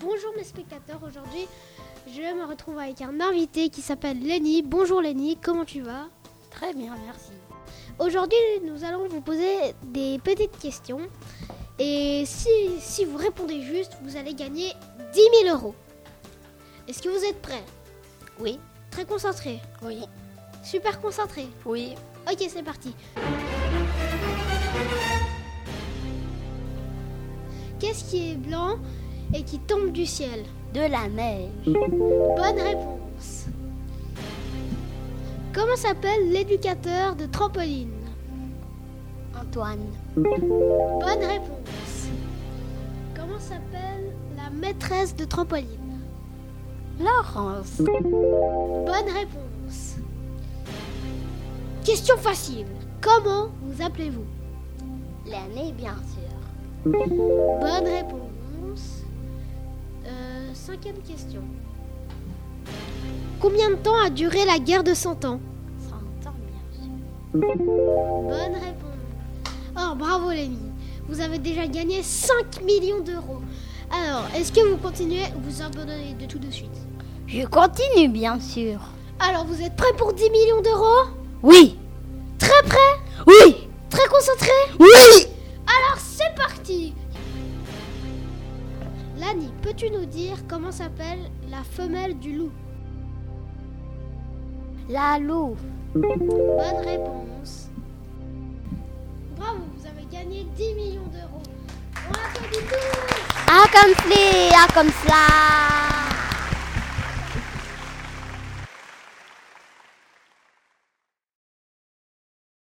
Bonjour mes spectateurs, aujourd'hui je me retrouve avec un invité qui s'appelle Lenny. Bonjour Lenny, comment tu vas Très bien, merci. Aujourd'hui nous allons vous poser des petites questions et si, si vous répondez juste vous allez gagner 10 000 euros. Est-ce que vous êtes prêts Oui, Très concentrés oui, Super concentrés oui. Ok c'est parti. Qu'est-ce qui est blanc et qui tombe du ciel De la neige. Bonne réponse. Comment s'appelle l'éducateur de trampoline Antoine. Bonne réponse. Comment s'appelle la maîtresse de trampoline Laurence. Bonne réponse. Question facile. Comment vous appelez-vous L'année, bien sûr. Bonne réponse. Euh, cinquième question. Combien de temps a duré la guerre de 100 ans 100 ans, bien sûr. Bonne réponse. Oh, bravo Lenny. Vous avez déjà gagné 5 millions d'euros. Alors, est-ce que vous continuez ou vous abandonnez de tout de suite Je continue, bien sûr. Alors, vous êtes prêt pour 10 millions d'euros Oui, Très prêt oui, Très concentré oui. Alors, c'est parti Lani, peux-tu nous dire comment s'appelle la femelle du loup La louve. Bonne réponse. Bravo, vous avez gagné 10 millions d'euros. On applaudit tous Ah, comme c'est, ah, comme ça.